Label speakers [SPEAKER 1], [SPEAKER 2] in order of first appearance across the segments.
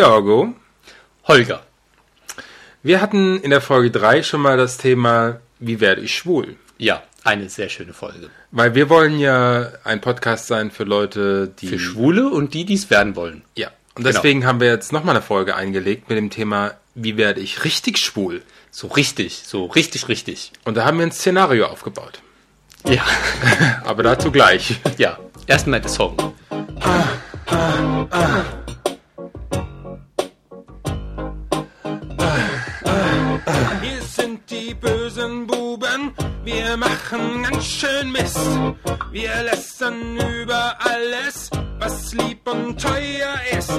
[SPEAKER 1] Jorgo,
[SPEAKER 2] Holger.
[SPEAKER 1] wir hatten in der Folge 3 schon mal das Thema, wie werde ich schwul?
[SPEAKER 2] Ja, eine sehr schöne Folge.
[SPEAKER 1] Weil wir wollen ja ein Podcast sein für Leute, die...
[SPEAKER 2] Für Schwule Genau. und die, die es werden wollen.
[SPEAKER 1] Ja. Und deswegen haben wir jetzt nochmal eine Folge eingelegt mit dem Thema, wie werde ich richtig schwul?
[SPEAKER 2] So richtig, so richtig, richtig.
[SPEAKER 1] Und da haben wir ein Szenario aufgebaut.
[SPEAKER 2] Ja,
[SPEAKER 1] Aber dazu gleich.
[SPEAKER 2] ja. Erstmal der Song.
[SPEAKER 1] Wir sind die bösen Buben, wir machen ganz schön Mist. Wir lästern über alles, was lieb und teuer ist.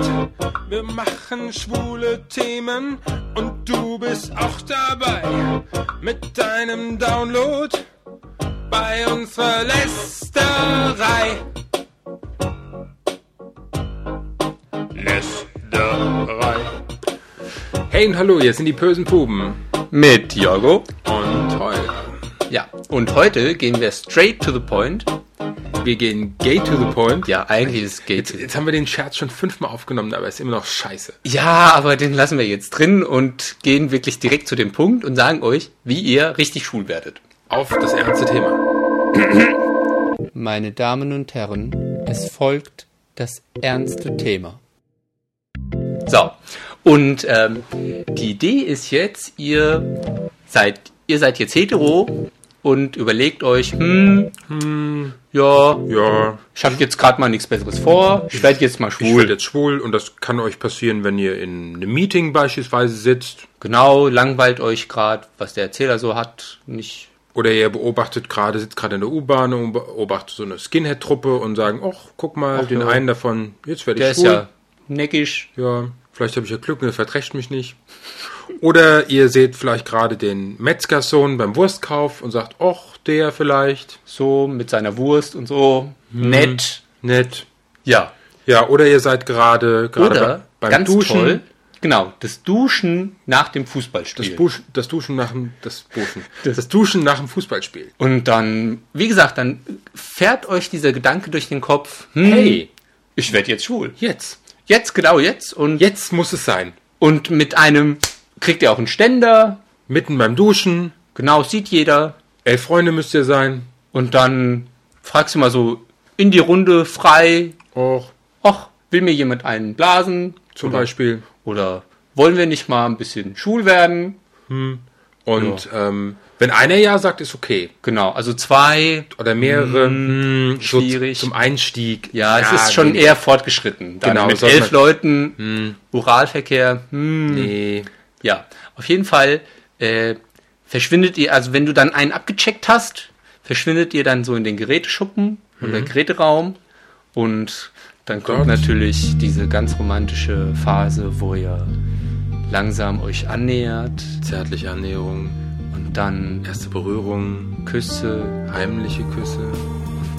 [SPEAKER 1] Wir machen schwule Themen und du bist auch dabei. Mit deinem Download bei unserer Lästerei. Lästerei. Hey und hallo, hier sind die bösen Buben.
[SPEAKER 2] Mit Jorgo.
[SPEAKER 1] Und Holger.
[SPEAKER 2] Ja. Und heute gehen wir straight to the point.
[SPEAKER 1] Wir gehen gay to the point.
[SPEAKER 2] Ja, eigentlich ist Gay
[SPEAKER 1] Jetzt,
[SPEAKER 2] to
[SPEAKER 1] jetzt haben wir den Scherz schon fünfmal aufgenommen, aber ist immer noch scheiße.
[SPEAKER 2] Ja, aber den lassen wir jetzt drin und gehen wirklich direkt zu dem Punkt und sagen euch, wie ihr richtig schwul werdet.
[SPEAKER 1] Auf das ernste Thema.
[SPEAKER 2] Meine Damen und Herren, es folgt das ernste Thema. So, und ähm, die Idee ist jetzt, ihr seid, ihr seid jetzt hetero und überlegt euch, hm, hm ja,
[SPEAKER 1] Ja,
[SPEAKER 2] ich habe jetzt gerade mal nichts Besseres vor, ich werde jetzt mal
[SPEAKER 1] ich
[SPEAKER 2] schwul.
[SPEAKER 1] werde jetzt schwul und das kann euch passieren, wenn ihr in einem Meeting beispielsweise sitzt
[SPEAKER 2] Genau, langweilt euch gerade, was der Erzähler so hat, nicht.
[SPEAKER 1] oder ihr beobachtet gerade, sitzt gerade in der U-Bahn und beobachtet so eine Skinhead-Truppe und sagen, ach, guck mal, den
[SPEAKER 2] ja.
[SPEAKER 1] einen davon, jetzt werde ich
[SPEAKER 2] Der ist
[SPEAKER 1] schwul.
[SPEAKER 2] ja neckisch,
[SPEAKER 1] Ja, vielleicht habe ich ja Glück und er verträgt mich nicht. Oder ihr seht vielleicht gerade den Metzgersohn beim Wurstkauf und sagt, och, der vielleicht.
[SPEAKER 2] so mit seiner Wurst und so, nett.
[SPEAKER 1] Nett.
[SPEAKER 2] Ja,
[SPEAKER 1] Ja, oder ihr seid gerade gerade
[SPEAKER 2] Oder
[SPEAKER 1] bei- beim
[SPEAKER 2] ganz
[SPEAKER 1] Duschen.
[SPEAKER 2] toll, genau, das Duschen nach dem Fußballspiel.
[SPEAKER 1] Das, Busch, das Duschen nach dem das Buschen. das Duschen nach dem Fußballspiel.
[SPEAKER 2] und dann, wie gesagt, dann fährt euch dieser Gedanke durch den Kopf, hm,
[SPEAKER 1] Hey.
[SPEAKER 2] ich werde jetzt schwul.
[SPEAKER 1] Jetzt,
[SPEAKER 2] Jetzt, genau jetzt. Und,
[SPEAKER 1] jetzt muss es sein.
[SPEAKER 2] und mit einem kriegt ihr auch einen Ständer,
[SPEAKER 1] Mitten beim Duschen,
[SPEAKER 2] genau, sieht jeder.
[SPEAKER 1] elf Freunde müsst ihr sein.
[SPEAKER 2] Und dann fragst du mal so in die Runde frei,
[SPEAKER 1] Auch
[SPEAKER 2] ach, will mir jemand einen blasen?
[SPEAKER 1] zum Beispiel.
[SPEAKER 2] Oder wollen wir nicht mal ein bisschen schwul werden?
[SPEAKER 1] Und ähm, wenn einer ja sagt, ist okay.
[SPEAKER 2] Genau, also zwei
[SPEAKER 1] Oder mehrere. hm, so
[SPEAKER 2] schwierig.
[SPEAKER 1] zum Einstieg.
[SPEAKER 2] Ja, es ist schon
[SPEAKER 1] nee,
[SPEAKER 2] eher fortgeschritten. Dann
[SPEAKER 1] Genau,
[SPEAKER 2] mit
[SPEAKER 1] sollte man-
[SPEAKER 2] elf
[SPEAKER 1] Hm.
[SPEAKER 2] Leuten, Oralverkehr. Hm.
[SPEAKER 1] Nee.
[SPEAKER 2] Ja, auf jeden Fall äh, verschwindet ihr, also wenn du dann einen abgecheckt hast, verschwindet ihr dann so in den Geräteschuppen oder Geräteraum und dann kommt
[SPEAKER 1] Mhm. Gott.
[SPEAKER 2] natürlich diese ganz romantische Phase, wo ihr langsam euch annähert
[SPEAKER 1] Zärtliche Annäherung,
[SPEAKER 2] und dann
[SPEAKER 1] erste Berührung,
[SPEAKER 2] Küsse,
[SPEAKER 1] heimliche Küsse,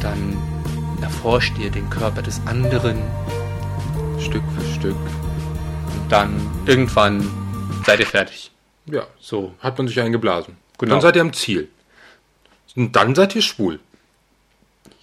[SPEAKER 2] dann erforscht ihr den Körper des anderen.
[SPEAKER 1] Stück für Stück.
[SPEAKER 2] dann irgendwann seid ihr fertig.
[SPEAKER 1] Ja,
[SPEAKER 2] So.
[SPEAKER 1] hat man sich eingeblasen.
[SPEAKER 2] Genau.
[SPEAKER 1] Dann seid ihr am Ziel. Und dann seid ihr schwul.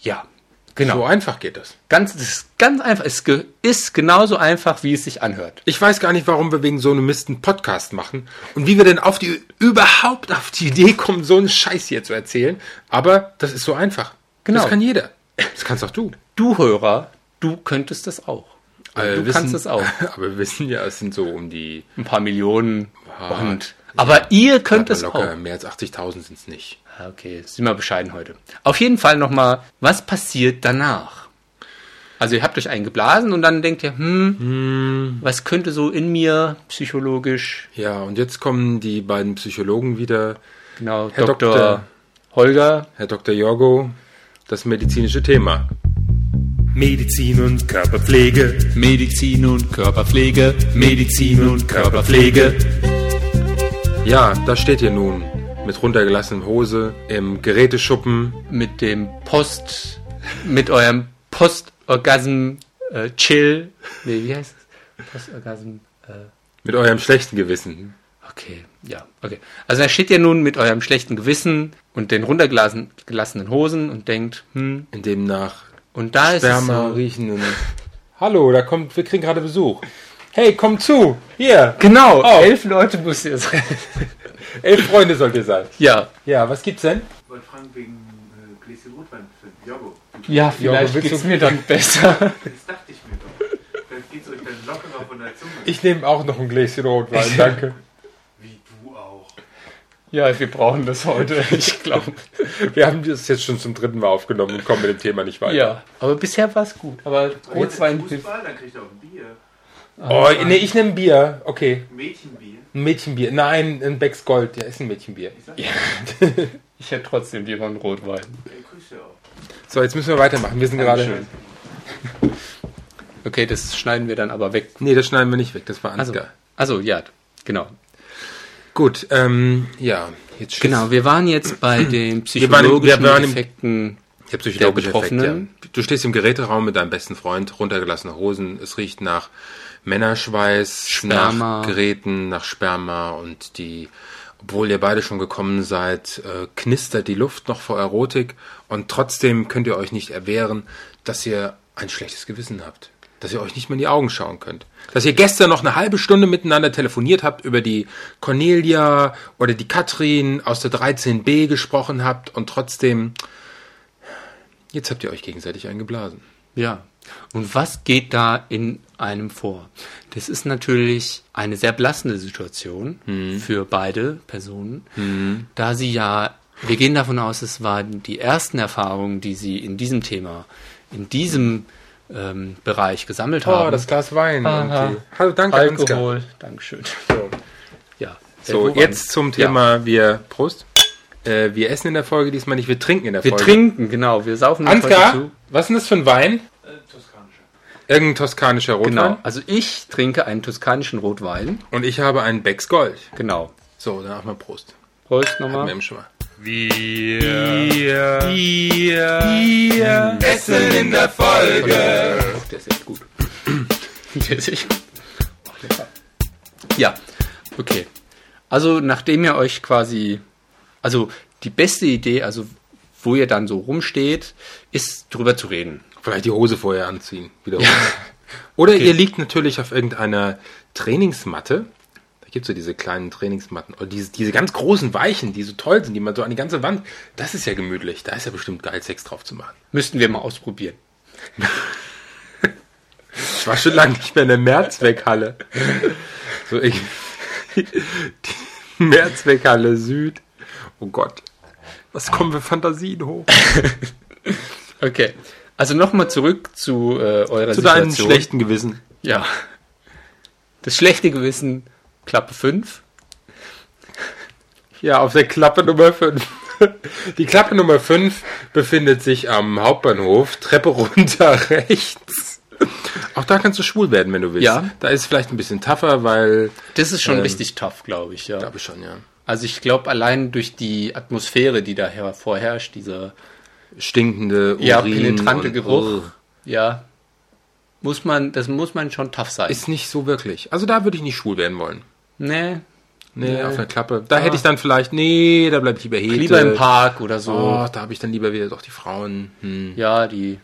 [SPEAKER 2] Ja.
[SPEAKER 1] So
[SPEAKER 2] Genau.
[SPEAKER 1] einfach geht das.
[SPEAKER 2] Ganz, das ist ganz einfach. Es ge- ist genauso einfach, wie es sich anhört.
[SPEAKER 1] Ich weiß gar nicht, warum wir wegen so einem Mist einen Podcast machen und wie wir denn auf die überhaupt auf die Idee kommen, so einen Scheiß hier zu erzählen. Aber das ist so einfach.
[SPEAKER 2] Genau.
[SPEAKER 1] Das kann jeder. Das kannst auch du.
[SPEAKER 2] Du Hörer, du könntest das auch.
[SPEAKER 1] Aber
[SPEAKER 2] du
[SPEAKER 1] wir wissen-
[SPEAKER 2] kannst das auch.
[SPEAKER 1] Aber wir wissen ja, es sind so um die
[SPEAKER 2] Äh, Ein paar Millionen.
[SPEAKER 1] Ah.
[SPEAKER 2] Und, aber ihr könnt es auch.
[SPEAKER 1] locker mehr als 80.000 sind es nicht.
[SPEAKER 2] Ah, Okay, sind wir bescheiden heute. Auf jeden Fall nochmal, was passiert danach? Also ihr habt euch eingeblasen und dann denkt ihr, hm, was könnte so in mir psychologisch,
[SPEAKER 1] Ja, und jetzt kommen die beiden Psychologen wieder.
[SPEAKER 2] genau,
[SPEAKER 1] Herr
[SPEAKER 2] Dr.
[SPEAKER 1] Doktor.
[SPEAKER 2] Holger,
[SPEAKER 1] Herr Dr. Jorgo, das medizinische Thema.
[SPEAKER 3] Medizin und Körperpflege,
[SPEAKER 4] Medizin und Körperpflege, Medizin und Körperpflege.
[SPEAKER 1] Ja, da steht ihr nun mit runtergelassenem Hose im Geräteschuppen
[SPEAKER 2] mit dem Post, mit eurem Postorgasm äh, Chill. Nee, wie heißt es? Postorgasm. Äh,
[SPEAKER 1] mit eurem schlechten Gewissen.
[SPEAKER 2] okay, ja, okay. Also da steht ihr nun mit eurem schlechten Gewissen und den runtergelassenen Hosen und denkt, hm,
[SPEAKER 1] In dem nach
[SPEAKER 2] und da ist es
[SPEAKER 1] Sperma
[SPEAKER 2] so,
[SPEAKER 1] riechenden. Hallo, da kommt, wir kriegen gerade Besuch. hey, komm zu, hier.
[SPEAKER 2] Genau,
[SPEAKER 1] Oh.
[SPEAKER 2] elf Leute müsst ihr sein.
[SPEAKER 1] Elf Freunde sollt ihr sein.
[SPEAKER 2] ja.
[SPEAKER 1] Ja, was gibt's denn?
[SPEAKER 5] Ich wollte fragen wegen äh, Gläschen Rotwein für Jago.
[SPEAKER 2] Ja,
[SPEAKER 1] vielleicht
[SPEAKER 2] vielleicht
[SPEAKER 1] geht's
[SPEAKER 2] geht's mir dann besser.
[SPEAKER 5] Das dachte ich mir doch. Dann geht's euch dann lockerer von der Zunge.
[SPEAKER 1] Ich nehme auch noch ein Gläschen Rotwein, danke.
[SPEAKER 5] Wie du auch.
[SPEAKER 2] Ja, wir brauchen das heute, ich glaube.
[SPEAKER 1] Wir haben das jetzt schon zum dritten Mal aufgenommen und kommen mit dem Thema nicht weiter.
[SPEAKER 2] Ja, aber bisher war es gut. Aber Rotwein
[SPEAKER 5] Jetzt ist
[SPEAKER 2] hilft.
[SPEAKER 5] Fußball, dann kriegt ihr auch ein Bier.
[SPEAKER 1] Oh, nee, ich nehme Bier. Okay.
[SPEAKER 5] Mädchenbier.
[SPEAKER 1] Ein Mädchenbier. Nein, ein Becks Gold. Ja, ist ein Mädchenbier.
[SPEAKER 2] Ich hätte trotzdem lieber einen Rotwein.
[SPEAKER 5] Ey, grüß ja auch.
[SPEAKER 1] So, jetzt müssen wir weitermachen. Wir sind gerade.
[SPEAKER 2] Dankeschön. Okay, das schneiden wir dann aber weg.
[SPEAKER 1] Nee, das schneiden wir nicht weg. Das war
[SPEAKER 2] Also,
[SPEAKER 1] Ansgar.
[SPEAKER 2] also ja, genau.
[SPEAKER 1] Gut, ähm, ja. Jetzt schieß.
[SPEAKER 2] Genau, wir waren jetzt bei den
[SPEAKER 1] Wir waren im- wir
[SPEAKER 2] psychologischen
[SPEAKER 1] waren im-
[SPEAKER 2] Effekten.
[SPEAKER 1] Ich habe psychologische
[SPEAKER 2] Der
[SPEAKER 1] Effekte. Ja.
[SPEAKER 2] Betroffenen.
[SPEAKER 1] Du stehst im Geräteraum mit deinem besten Freund, runtergelassene Hosen. Es riecht nach Männerschweiß,
[SPEAKER 2] Sperma.
[SPEAKER 1] nach Geräten, nach Sperma und die, obwohl ihr beide schon gekommen seid, äh, knistert die Luft noch vor Erotik und trotzdem könnt ihr euch nicht erwehren, dass ihr ein schlechtes Gewissen habt. Dass ihr euch nicht mehr in die Augen schauen könnt. Dass ihr gestern noch eine halbe Stunde miteinander telefoniert habt, über die Cornelia oder die Katrin aus der 13b gesprochen habt und trotzdem Jetzt habt ihr euch gegenseitig eingeblasen.
[SPEAKER 2] Ja. Und was geht da in einem vor? Das ist natürlich eine sehr belastende Situation
[SPEAKER 1] Hm.
[SPEAKER 2] für beide Personen, da sie ja, wir gehen davon aus, es waren die ersten Erfahrungen, die sie in diesem Thema, in diesem ähm, Bereich gesammelt haben.
[SPEAKER 1] Glas Wein.
[SPEAKER 2] Aha.
[SPEAKER 1] irgendwie. Ah, Hallo, Oh, danke, Ansgar.
[SPEAKER 2] Alkohol. Dankeschön. Ja.
[SPEAKER 1] So,
[SPEAKER 2] Wobei-
[SPEAKER 1] jetzt zum
[SPEAKER 2] Ja.
[SPEAKER 1] Thema, wir, Prost, äh, wir essen in der Folge diesmal nicht, wir trinken in der
[SPEAKER 2] Wir
[SPEAKER 1] Folge.
[SPEAKER 2] trinken, genau. Wir saufen noch heute
[SPEAKER 1] Ansgar, was ist denn das für ein Wein?
[SPEAKER 5] Äh, Toskanische.
[SPEAKER 1] Irgendein toskanischer Rotwein.
[SPEAKER 2] Genau. Also ich trinke einen toskanischen Rotwein.
[SPEAKER 1] Und ich habe einen Becks Gold.
[SPEAKER 2] Genau.
[SPEAKER 1] So, dann auch mal Prost.
[SPEAKER 2] Prost
[SPEAKER 1] Hatten wir
[SPEAKER 2] nochmal.
[SPEAKER 1] eben schon mal.
[SPEAKER 2] Der ist echt gut. Der ist echt gut. Ach, lecker. Ja, okay. Also nachdem ihr euch quasi, also die beste Idee, also wo ihr dann so rumsteht, ist drüber zu reden.
[SPEAKER 1] Vielleicht die Hose vorher anziehen. Wiederum. Oder ihr liegt natürlich auf irgendeiner Trainingsmatte. Da gibt es so diese kleinen Trainingsmatten. Oder diese, diese ganz großen Weichen, die so toll sind, die man so an die ganze Wand. Das ist ja gemütlich. Da ist ja bestimmt geil, Sex drauf zu machen.
[SPEAKER 2] Müssten wir mal ausprobieren.
[SPEAKER 1] Ich war schon lange nicht mehr in der Mehrzweckhalle. So ich. Die Mehrzweckhalle Süd. Oh Gott. Was kommen für Fantasien hoch?
[SPEAKER 2] Okay. Also nochmal zurück zu äh, eurer
[SPEAKER 1] Zu deinem
[SPEAKER 2] Situation.
[SPEAKER 1] schlechten Gewissen.
[SPEAKER 2] Ja. Das schlechte Gewissen, Klappe 5.
[SPEAKER 1] Ja, auf der Klappe Nummer 5. Die Klappe Nummer 5 befindet sich am Hauptbahnhof, Treppe runter rechts. Auch da kannst du schwul werden, wenn du willst.
[SPEAKER 2] Ja.
[SPEAKER 1] Da ist vielleicht ein bisschen tougher, weil.
[SPEAKER 2] Das ist schon
[SPEAKER 1] Ähm,
[SPEAKER 2] richtig tough, glaube ich, ja.
[SPEAKER 1] Glaube ich schon, ja.
[SPEAKER 2] Also ich glaube, allein durch die Atmosphäre, die da her- vorherrscht, dieser
[SPEAKER 1] Stinkende, Urin
[SPEAKER 2] ja, penetrante
[SPEAKER 1] und-
[SPEAKER 2] Geruch,
[SPEAKER 1] Ugh.
[SPEAKER 2] ja, muss man, das muss man schon tough sein.
[SPEAKER 1] Ist nicht so wirklich. Also da würde ich nicht schwul werden wollen.
[SPEAKER 2] nee, Ah.
[SPEAKER 1] Nee, auf der Klappe. Da hätte ich dann vielleicht, nee, da bleibe ich lieber Hete.
[SPEAKER 2] lieber im Park oder so.
[SPEAKER 1] Oh, da habe ich dann lieber wieder doch die Frauen. Hm,
[SPEAKER 2] Ja, die,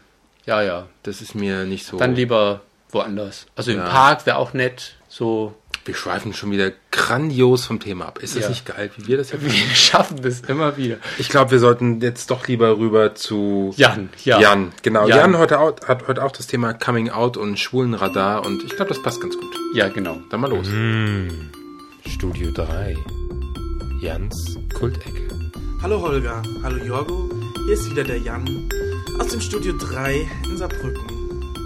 [SPEAKER 2] ja, ja.
[SPEAKER 1] das ist mir nicht so.
[SPEAKER 2] Dann lieber woanders. Also im
[SPEAKER 1] Oh. Ja.
[SPEAKER 2] Park wäre auch nett, so.
[SPEAKER 1] wir schweifen schon wieder grandios vom Thema ab. Ist das
[SPEAKER 2] Ja.
[SPEAKER 1] nicht geil, wie wir das jetzt
[SPEAKER 2] Wir schaffen das immer wieder.
[SPEAKER 1] Ich glaube, wir sollten jetzt doch lieber rüber zu
[SPEAKER 2] Jan, ja.
[SPEAKER 1] Jan, genau. Jan,
[SPEAKER 2] Jan.
[SPEAKER 1] heute au- hat heute auch das Thema Coming Out und Schwulenradar und ich glaube, das passt ganz gut.
[SPEAKER 2] Ja, genau.
[SPEAKER 1] Dann mal los.
[SPEAKER 2] Hm.
[SPEAKER 1] Studio 3. Jans Kultecke.
[SPEAKER 6] Hallo Holger, hallo Jorgo, hier ist wieder der Jan aus dem Studio 3 in Saarbrücken.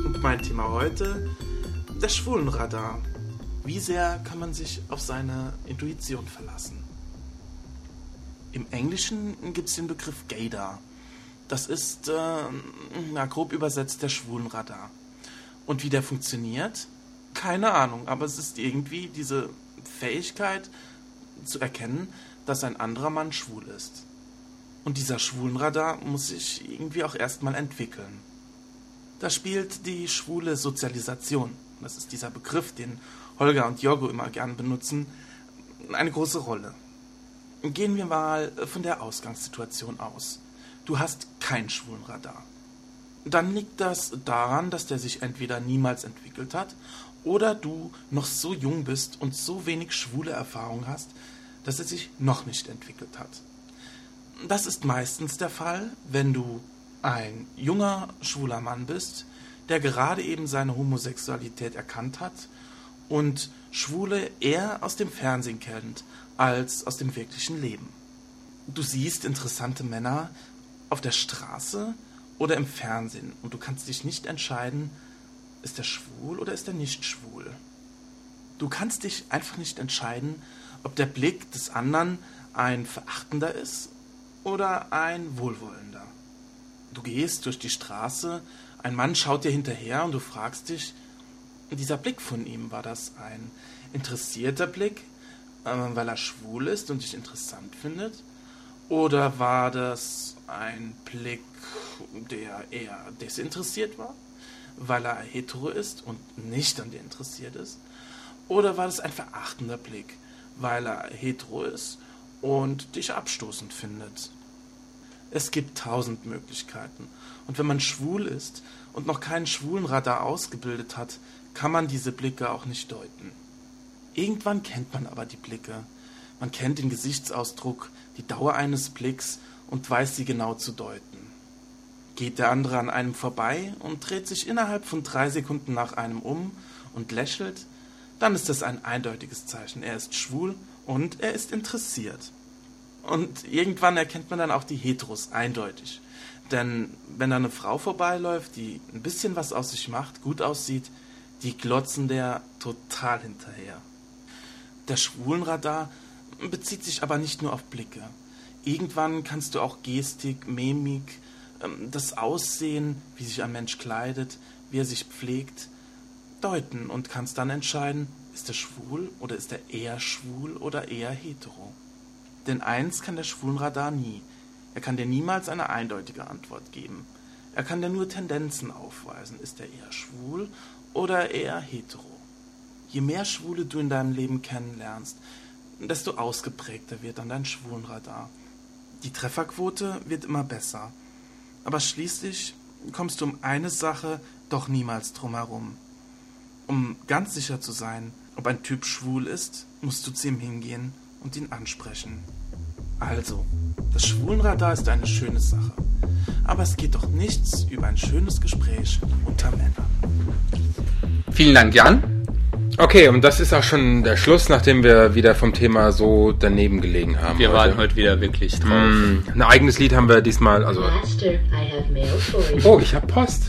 [SPEAKER 6] Und mein Thema heute, das Schwulenradar. Wie sehr kann man sich auf seine Intuition verlassen? Im Englischen gibt es den Begriff Gaydar. Das ist, äh, na grob übersetzt, der Schwulenradar. Und wie der funktioniert? Keine Ahnung, aber es ist irgendwie diese Fähigkeit, zu erkennen, dass ein anderer Mann schwul ist. Und dieser Schwulenradar muss sich irgendwie auch erstmal entwickeln. Da spielt die schwule Sozialisation, das ist dieser Begriff, den Holger und Jorgo immer gern benutzen, eine große Rolle. Gehen wir mal von der Ausgangssituation aus. Du hast kein Schwulenradar. Dann liegt das daran, dass der sich entweder niemals entwickelt hat Oder du noch so jung bist und so wenig schwule Erfahrung hast, dass es sich noch nicht entwickelt hat. Das ist meistens der Fall, wenn du ein junger schwuler Mann bist, der gerade eben seine Homosexualität erkannt hat und Schwule eher aus dem Fernsehen kennt als aus dem wirklichen Leben. Du siehst interessante Männer auf der Straße oder im Fernsehen und du kannst dich nicht entscheiden, ist er schwul oder ist er nicht schwul. Du kannst dich einfach nicht entscheiden, ob der Blick des anderen ein verachtender ist oder ein wohlwollender. Du gehst durch die Straße, ein Mann schaut dir hinterher und du fragst dich, dieser Blick von ihm, war das ein interessierter Blick, äh, weil er schwul ist und dich interessant findet? Oder war das ein Blick, der eher desinteressiert war, weil er hetero ist und nicht an dir interessiert ist? Oder war das ein verachtender Blick, weil er hetero ist und dich abstoßend findet? Es gibt tausend Möglichkeiten. Und wenn man schwul ist und noch keinen Schwulenradar ausgebildet hat, kann man diese Blicke auch nicht deuten. Irgendwann kennt man aber die Blicke. Man kennt den Gesichtsausdruck, die Dauer eines Blicks und weiß sie genau zu deuten. Geht der andere an einem vorbei und dreht sich innerhalb von drei Sekunden nach einem um und lächelt, dann ist das ein eindeutiges Zeichen. Er ist schwul und er ist interessiert. Und irgendwann erkennt man dann auch die Heteros eindeutig. Denn wenn da eine Frau vorbeiläuft, die ein bisschen was aus sich macht, gut aussieht, die glotzen der total hinterher. Der Schwulenradar bezieht sich aber nicht nur auf Blicke. Irgendwann kannst du auch Gestik, Mimik, ähm, das Aussehen, wie sich ein Mensch kleidet, wie er sich pflegt, deuten und kannst dann entscheiden, ist er schwul oder ist er eher schwul oder eher hetero. Denn eins kann der Schwulenradar nie. Er kann dir niemals eine eindeutige Antwort geben. Er kann dir nur Tendenzen aufweisen. Ist er eher schwul oder eher hetero? Je mehr Schwule du in deinem Leben kennenlernst, desto ausgeprägter wird dann dein Schwulenradar. Die Trefferquote wird immer besser. Aber schließlich kommst du um eine Sache doch niemals drum herum. Um ganz sicher zu sein, ob ein Typ schwul ist, musst du zu ihm hingehen und ihn ansprechen. Also, das Schwulenradar ist eine schöne Sache. Aber es geht doch nichts über ein schönes Gespräch unter Männern.
[SPEAKER 2] Vielen Dank, Jan.
[SPEAKER 1] Okay, und das ist auch schon der Schluss, nachdem wir wieder vom Thema so daneben gelegen haben.
[SPEAKER 2] Wir waren heute wieder wirklich drauf.
[SPEAKER 1] Mm, ein eigenes Lied haben wir diesmal, also.
[SPEAKER 7] Master, I have mail for you.
[SPEAKER 1] Oh, ich habe Post.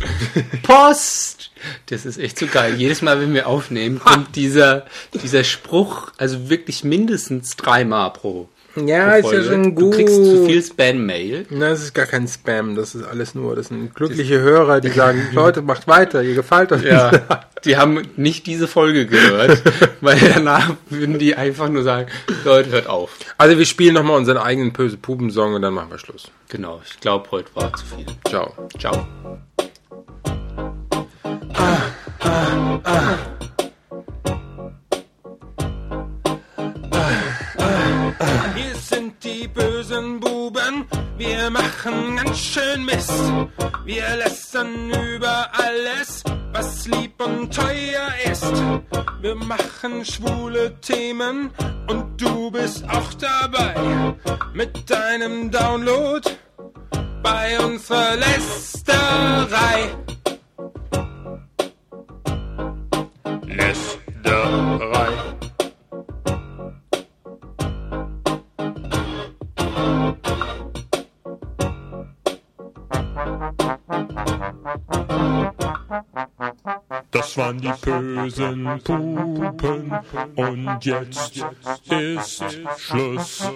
[SPEAKER 2] Post! Das ist echt so geil. Jedes Mal, wenn wir aufnehmen, kommt dieser, dieser Spruch, also wirklich mindestens dreimal pro.
[SPEAKER 1] Ja, ist ja
[SPEAKER 2] Folge.
[SPEAKER 1] schon
[SPEAKER 2] Du
[SPEAKER 1] gut.
[SPEAKER 2] kriegst zu viel Spam-Mail.
[SPEAKER 1] Na, das ist gar kein Spam, das ist alles nur, das sind glückliche Hörer, die sagen, Leute, macht weiter, ihr gefällt euch.
[SPEAKER 2] Ja, die haben nicht diese Folge gehört, weil danach würden die einfach nur sagen, Leute, hört auf.
[SPEAKER 1] Also wir spielen nochmal unseren eigenen Böse Puben-Song und dann machen wir Schluss.
[SPEAKER 2] Genau, ich glaube, heute war zu viel.
[SPEAKER 1] Ciao.
[SPEAKER 2] Ciao.
[SPEAKER 1] Wir sind die bösen Buben, wir machen ganz schön Mist. Wir lästern über alles, was lieb und teuer ist. Wir machen schwule Themen und du bist auch dabei. Mit deinem Download bei unserer Lästerei. Lästerei.
[SPEAKER 3] Das waren die bösen Pupen und jetzt ist Schluss.